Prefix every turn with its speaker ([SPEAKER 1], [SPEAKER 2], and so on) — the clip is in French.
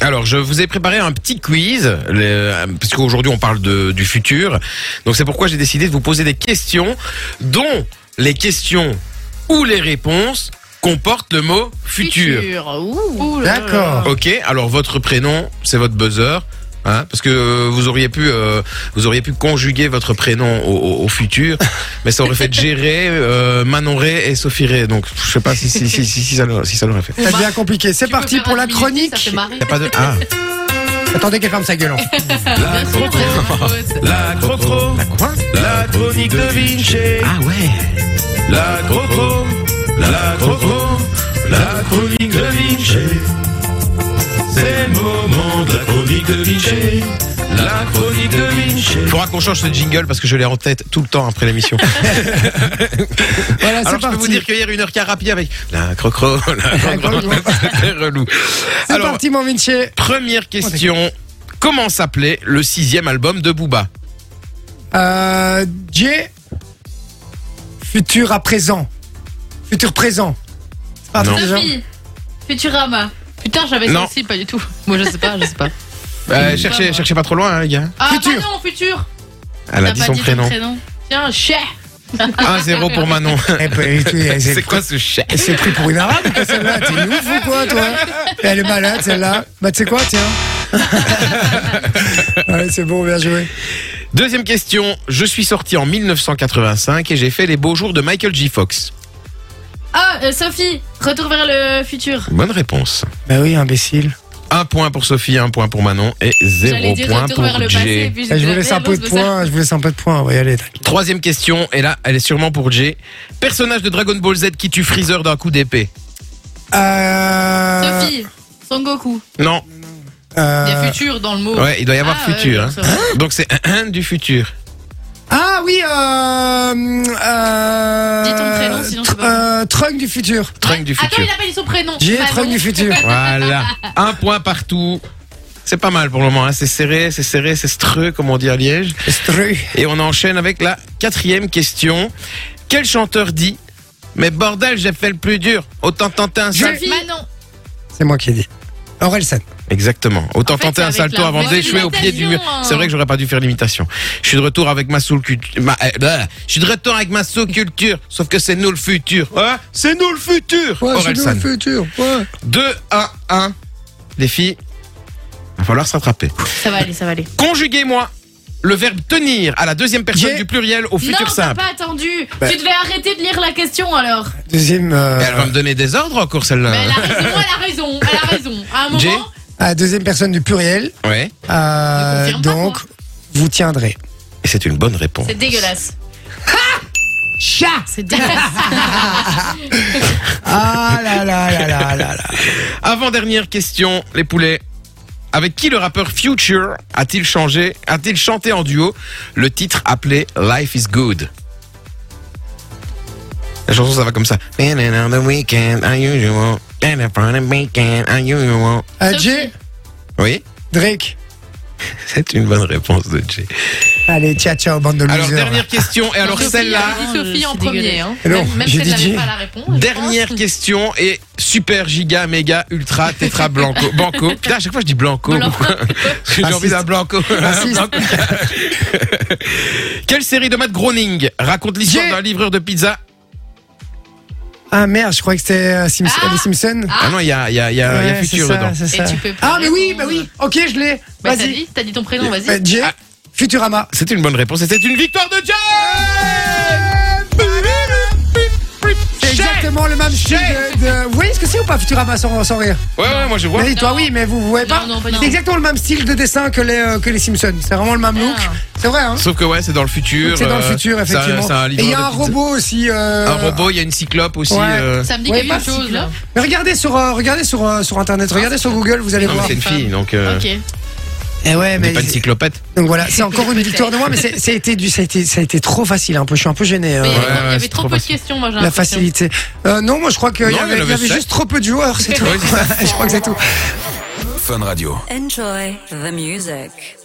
[SPEAKER 1] Alors, je vous ai préparé un petit quiz, le- parce qu'aujourd'hui on parle de- du futur. Donc, c'est pourquoi j'ai décidé de vous poser des questions, dont les questions ou les réponses comportent le mot futur.
[SPEAKER 2] Ouh.
[SPEAKER 3] Ouh là là.
[SPEAKER 4] D'accord.
[SPEAKER 1] Ok, alors votre prénom, c'est votre buzzer. Hein, parce que euh, vous auriez pu euh, vous auriez pu conjuguer votre prénom au, au- au futur, mais ça aurait fait gérer euh, Manon Ray et Sophie Ray. Donc je sais pas si si si si, si ça l'aurait si ça l'aurait fait.
[SPEAKER 4] Ça devient compliqué. C'est
[SPEAKER 3] Tu peux
[SPEAKER 4] parti
[SPEAKER 3] faire
[SPEAKER 4] pour
[SPEAKER 3] un
[SPEAKER 4] la
[SPEAKER 3] demi-minute, Ça
[SPEAKER 4] chronique.
[SPEAKER 3] fait marrer.
[SPEAKER 1] Y a pas de ah.
[SPEAKER 4] Attendez qu'elle ferme sa gueule. hein. en fait.
[SPEAKER 5] La La crocro.
[SPEAKER 1] La quoi
[SPEAKER 5] La chronique de Vinci.
[SPEAKER 1] Ah ouais.
[SPEAKER 5] La crocro. La crocro. La chronique de Vinci. C'est le moment de la chronique de Vinci. La chronique de Vinci.
[SPEAKER 1] Faudra qu'on change ce jingle parce que je l'ai en tête tout le temps après l'émission.
[SPEAKER 4] Voilà,
[SPEAKER 1] Alors
[SPEAKER 4] c'est
[SPEAKER 1] je peux vous
[SPEAKER 4] parti.
[SPEAKER 1] dire qu'hier une heure quart rapide avec la crocro, la crocro,
[SPEAKER 4] crocro.
[SPEAKER 1] c'était relou.
[SPEAKER 4] C'est
[SPEAKER 1] Alors
[SPEAKER 4] parti, mon Vinci.
[SPEAKER 1] première
[SPEAKER 5] Oh,
[SPEAKER 1] question, comment s'appelait le sixième album de Booba
[SPEAKER 4] Euh, J. Futur à présent. Futur présent. C'est parti
[SPEAKER 1] Non.
[SPEAKER 4] déjà.
[SPEAKER 3] Sophie, Futurama. Putain, j'avais
[SPEAKER 1] Non.
[SPEAKER 3] ça aussi, pas du tout. Moi, je sais pas, je sais pas.
[SPEAKER 1] Bah, cherchez, cherchez pas trop loin, hein, les gars.
[SPEAKER 3] Ah,
[SPEAKER 4] Futur.
[SPEAKER 3] Manon, futur.
[SPEAKER 1] Elle a
[SPEAKER 3] T'as
[SPEAKER 1] dit
[SPEAKER 3] pas
[SPEAKER 1] son prénom.
[SPEAKER 3] Tiens, chais.
[SPEAKER 1] 1-0 pour Manon.
[SPEAKER 4] Eh ben, et tout, elle s'est
[SPEAKER 1] C'est quoi ce chien
[SPEAKER 4] elle s'est pris pour une arabe, quoi, celle-là. T'es ouf ou quoi, toi Eh, Elle est malade, celle-là. Bah, tu sais quoi, tiens. ouais, c'est bon, bien joué.
[SPEAKER 1] Deuxième question. Je suis sorti en 1985 et j'ai fait les beaux jours de Michael J. Fox.
[SPEAKER 3] Ah, euh, Sophie, retour vers le futur.
[SPEAKER 1] Bonne réponse.
[SPEAKER 4] Bah oui, imbécile.
[SPEAKER 1] Un point pour Sophie, un point pour Manon et
[SPEAKER 3] J'allais
[SPEAKER 1] zéro
[SPEAKER 3] dire
[SPEAKER 1] point
[SPEAKER 3] retour
[SPEAKER 1] pour
[SPEAKER 3] vers le passé.
[SPEAKER 1] Jay.
[SPEAKER 3] Puis
[SPEAKER 4] Eh, je vous laisse un peu
[SPEAKER 3] merde,
[SPEAKER 4] de
[SPEAKER 3] on se fait ça.
[SPEAKER 4] points, je vous laisse un peu de points. On va y aller. t'inquiète.
[SPEAKER 1] Troisième question, et là, elle est sûrement pour Jay. Personnage de Dragon Ball Z qui tue Freezer d'un coup d'épée.
[SPEAKER 4] Euh,
[SPEAKER 3] Sophie, Son Goku.
[SPEAKER 1] Non,
[SPEAKER 3] Il y a
[SPEAKER 4] euh,
[SPEAKER 3] futur dans le mot.
[SPEAKER 1] ouais, il doit y avoir
[SPEAKER 3] Ah,
[SPEAKER 1] futur.
[SPEAKER 3] ouais,
[SPEAKER 1] hein. Donc c'est un, un du futur.
[SPEAKER 4] Ah oui, euh, euh,
[SPEAKER 3] Dis ton prénom, sinon je sais pas.
[SPEAKER 4] euh, Trunk du futur.
[SPEAKER 1] Trunk du
[SPEAKER 3] Ah, Attends,
[SPEAKER 1] futur.
[SPEAKER 3] il appelle son prénom.
[SPEAKER 4] J'ai
[SPEAKER 3] Manon.
[SPEAKER 4] Trunk du futur.
[SPEAKER 1] Voilà. Un point partout. C'est pas mal pour le moment. hein. C'est serré, c'est serré, c'est streux, comme on dit à Liège.
[SPEAKER 4] Stru.
[SPEAKER 1] Et on enchaîne avec la quatrième question. Quel chanteur dit Mais bordel, j'ai fait le plus dur. Autant tenter un salto.
[SPEAKER 3] Sophie, Manon.
[SPEAKER 4] C'est moi qui ai dit. Orelsan.
[SPEAKER 1] Exactement. Autant
[SPEAKER 3] En fait,
[SPEAKER 1] tenter
[SPEAKER 3] c'est
[SPEAKER 1] un
[SPEAKER 3] avec
[SPEAKER 1] salto
[SPEAKER 3] la
[SPEAKER 1] avant de
[SPEAKER 3] voix
[SPEAKER 1] l'échouer au pied du mur.
[SPEAKER 3] d'imitation, hein.
[SPEAKER 1] C'est vrai que j'aurais pas dû faire l'imitation. Je suis de retour avec ma soul culture. je suis de retour avec ma soul culture. Sauf que c'est nous le futur. Hein c'est nous le futur. Orelsan.
[SPEAKER 4] futur.
[SPEAKER 1] 2 1 1. Les filles, va falloir se rattraper.
[SPEAKER 3] Ça va aller, ça va aller.
[SPEAKER 1] Conjuguez-moi le verbe tenir à la deuxième personne
[SPEAKER 4] J'ai-
[SPEAKER 1] du pluriel au
[SPEAKER 3] Non,
[SPEAKER 1] futur
[SPEAKER 3] t'as
[SPEAKER 1] simple.
[SPEAKER 3] pas attendu.
[SPEAKER 4] Bah.
[SPEAKER 3] Tu devais arrêter de lire la question alors.
[SPEAKER 4] Deuxième, euh,
[SPEAKER 1] Mais Elle va me donner des ordres encore celle-là.
[SPEAKER 3] Mais elle a raison, elle a raison, elle a raison. À un moment,
[SPEAKER 1] Jay
[SPEAKER 4] ah, deuxième personne du pluriel.
[SPEAKER 1] Ouais.
[SPEAKER 4] Euh,
[SPEAKER 3] Ne confirme pas,
[SPEAKER 4] donc,
[SPEAKER 3] moi.
[SPEAKER 4] vous tiendrez.
[SPEAKER 1] Et c'est une bonne réponse.
[SPEAKER 3] c'est dégueulasse.
[SPEAKER 4] Chat
[SPEAKER 3] C'est dégueulasse.
[SPEAKER 4] Ah là là là là là là.
[SPEAKER 1] Avant-dernière question, les poulets. Avec qui le rappeur Future a-t-il changé, a-t-il chanté en duo le titre appelé Life is Good La chanson, ça va comme ça. Been in on the weekend, unusual. Been in on the weekend, unusual.
[SPEAKER 4] Euh,
[SPEAKER 3] Sophie.
[SPEAKER 4] Jay,
[SPEAKER 1] Oui,
[SPEAKER 4] Drake.
[SPEAKER 1] c'est une bonne réponse de Jay.
[SPEAKER 4] Allez, ciao, ciao, bande de losers.
[SPEAKER 1] Alors, dernière question, et alors
[SPEAKER 3] Sophie,
[SPEAKER 1] celle-là,
[SPEAKER 3] elle a dit Sophie en
[SPEAKER 2] C'est
[SPEAKER 3] premier.
[SPEAKER 2] dégueulasse.
[SPEAKER 3] Hein.
[SPEAKER 4] Non,
[SPEAKER 3] même même
[SPEAKER 4] j'ai
[SPEAKER 3] si elle
[SPEAKER 4] dit Jay.
[SPEAKER 3] n'avait pas la réponse. je
[SPEAKER 1] dernière
[SPEAKER 3] pense.
[SPEAKER 1] question, et super giga méga ultra tétra blanco. Banco. Putain, à chaque fois je dis blanco.
[SPEAKER 3] Blanco.
[SPEAKER 1] pourquoi J'ai envie d'un blanco.
[SPEAKER 4] Raciste.
[SPEAKER 1] Quelle série de Matt Groening raconte l'histoire
[SPEAKER 4] J'ai-
[SPEAKER 1] d'un livreur de pizza
[SPEAKER 4] Ah merde, je croyais que c'était euh, Simps-
[SPEAKER 3] Ah.
[SPEAKER 4] les Simpsons.
[SPEAKER 1] Ah, non, il y a, il y a- il y a- il y a
[SPEAKER 4] Ouais,
[SPEAKER 1] futur
[SPEAKER 4] c'est ça,
[SPEAKER 1] dedans.
[SPEAKER 4] c'est
[SPEAKER 3] Et
[SPEAKER 4] ça.
[SPEAKER 3] tu peux pas
[SPEAKER 4] Ah mais oui, bah
[SPEAKER 3] répondre.
[SPEAKER 4] oui. Ok, je l'ai.
[SPEAKER 3] Bah, t'as
[SPEAKER 4] Vas-y.
[SPEAKER 3] dit, t'as dit ton prénom, vas-y.
[SPEAKER 4] Euh, Jay, Futurama.
[SPEAKER 1] C'est une bonne réponse. C'était une victoire de Jay
[SPEAKER 4] C'est exactement le même style de, de- Vous voyez ce que c'est ou pas Futurama sans, sans rire
[SPEAKER 1] Ouais, ouais, moi je vois.
[SPEAKER 4] Oui, toi oui, mais vous, vous voyez
[SPEAKER 3] Non,
[SPEAKER 4] pas
[SPEAKER 3] non, pas du
[SPEAKER 4] C'est
[SPEAKER 3] tout.
[SPEAKER 4] exactement le même style de dessin que les, euh, que les Simpsons. C'est vraiment le même look.
[SPEAKER 3] Ah.
[SPEAKER 4] C'est vrai, hein
[SPEAKER 1] Sauf que ouais, c'est dans le futur.
[SPEAKER 4] C'est dans le
[SPEAKER 1] euh,
[SPEAKER 4] futur,
[SPEAKER 1] c'est un-
[SPEAKER 4] effectivement.
[SPEAKER 1] c'est un
[SPEAKER 4] Et il y
[SPEAKER 1] livreur
[SPEAKER 4] a un
[SPEAKER 1] de pizza.
[SPEAKER 4] robot aussi. euh,
[SPEAKER 1] Un robot, il y a une cyclope aussi.
[SPEAKER 4] Ouais.
[SPEAKER 1] euh.
[SPEAKER 3] Ça me dit
[SPEAKER 4] Ouais,
[SPEAKER 3] quelque
[SPEAKER 4] pas
[SPEAKER 3] chose
[SPEAKER 4] si
[SPEAKER 3] là. Ah,
[SPEAKER 4] Mais regardez sur, euh, regardez sur, euh, sur internet, regardez sur Google, vous allez
[SPEAKER 1] Non, mais
[SPEAKER 4] voir.
[SPEAKER 1] c'est une
[SPEAKER 3] Femme.
[SPEAKER 1] fille, donc. euh,
[SPEAKER 3] Ok.
[SPEAKER 4] Eh ouais,
[SPEAKER 1] t'es
[SPEAKER 4] mais
[SPEAKER 1] pas une cyclopète.
[SPEAKER 4] donc voilà, c'est encore une victoire de moi, mais c'est- ça a été du, ça a été, ça a été trop facile. Un peu, je suis un peu gêné. euh,
[SPEAKER 3] Mais il y avait- il y
[SPEAKER 1] ouais,
[SPEAKER 3] avait
[SPEAKER 1] c'est
[SPEAKER 3] trop
[SPEAKER 1] trop
[SPEAKER 3] peu de
[SPEAKER 1] facile.
[SPEAKER 3] questions, moi j'ai
[SPEAKER 4] la
[SPEAKER 3] l'impression.
[SPEAKER 4] facilité. Euh, non, moi je crois qu'il
[SPEAKER 1] Non,
[SPEAKER 4] y avait,
[SPEAKER 1] il y en
[SPEAKER 4] il
[SPEAKER 1] avait
[SPEAKER 4] y avait
[SPEAKER 1] sept.
[SPEAKER 4] juste trop peu de joueurs, c'est tout.
[SPEAKER 1] Ouais, c'est ça.
[SPEAKER 4] je crois que c'est tout.
[SPEAKER 5] Fun Radio.
[SPEAKER 6] Enjoy the music.